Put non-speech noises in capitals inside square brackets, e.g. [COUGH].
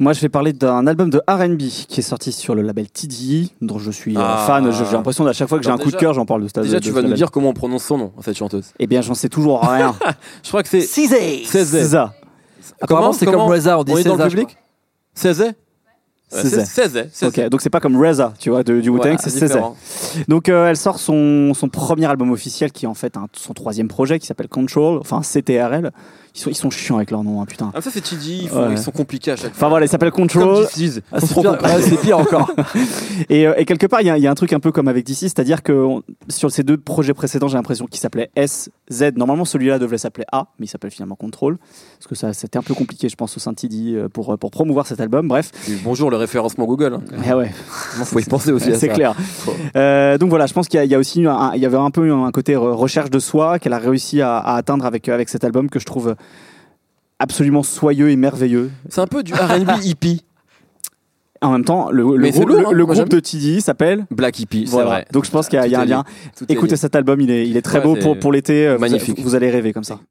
Moi, je vais parler d'un album de R&B qui est sorti sur le label TDI, dont je suis euh, Ah. fan. Je- J'ai l'impression à chaque fois que j'ai un Alors coup de déjà- cœur, j'en parle de cet Déjà, album. tu vas nous dire comment on prononce son nom, cette chanteuse. Eh bien, j'en sais toujours rien. Je crois que [LAUGHS] c'est Cézé. César. Apparemment, c'est comme Reza, on dit On est dans le César, je public Cézé Cézé. Cézé. Ok, donc c'est pas comme Reza, tu vois, de- du Wu-Tang, c'est César. Donc euh, elle sort son, son premier album officiel qui est en fait un- son troisième projet qui s'appelle Control, enfin CTRL. Ils sont, ils sont chiants avec leur nom, hein, putain. Ah, ça, c'est TD, ils, Ouais. font- ils sont compliqués à chaque fois. Enfin voilà, il s'appelle Control. Disease. Ah, c'est Trop pire, compliqué. ouais, c'est pire encore. [LAUGHS] Et, euh, et quelque part, il y, a- il y a un truc un peu comme avec DC, c'est-à-dire que on- sur ces deux projets précédents, j'ai l'impression qu'ils s'appelaient S, Z. Normalement, celui-là devait s'appeler A, mais il s'appelle finalement Control. Parce que ça, c'était un peu compliqué, je pense, au sein de TD euh, pour, euh, pour promouvoir cet album. Bref. Puis Bonjour le référencement Google. Ah ouais, Il faut y penser aussi à ça. c'est clair. Faut- Euh, donc voilà, je pense qu'il y, a- il y a aussi eu un- un- il y avait un peu un côté re- recherche de soi qu'elle a réussi à, à atteindre avec, euh, avec cet album que je trouve absolument soyeux et merveilleux. C'est un peu du RB hippie. En même temps, le, le Mais c'est groupe, lourd, hein. le- le Moi, groupe de TD s'appelle. Black hippie, c'est Voilà. vrai. Donc je pense qu'il y a, il y a un Tout est lien. Tout est Écoutez lié. cet album, il est, il est très Ouais, beau c'est pour, pour l'été. euh, vous- magnifique. Vous, allez rêver comme ça.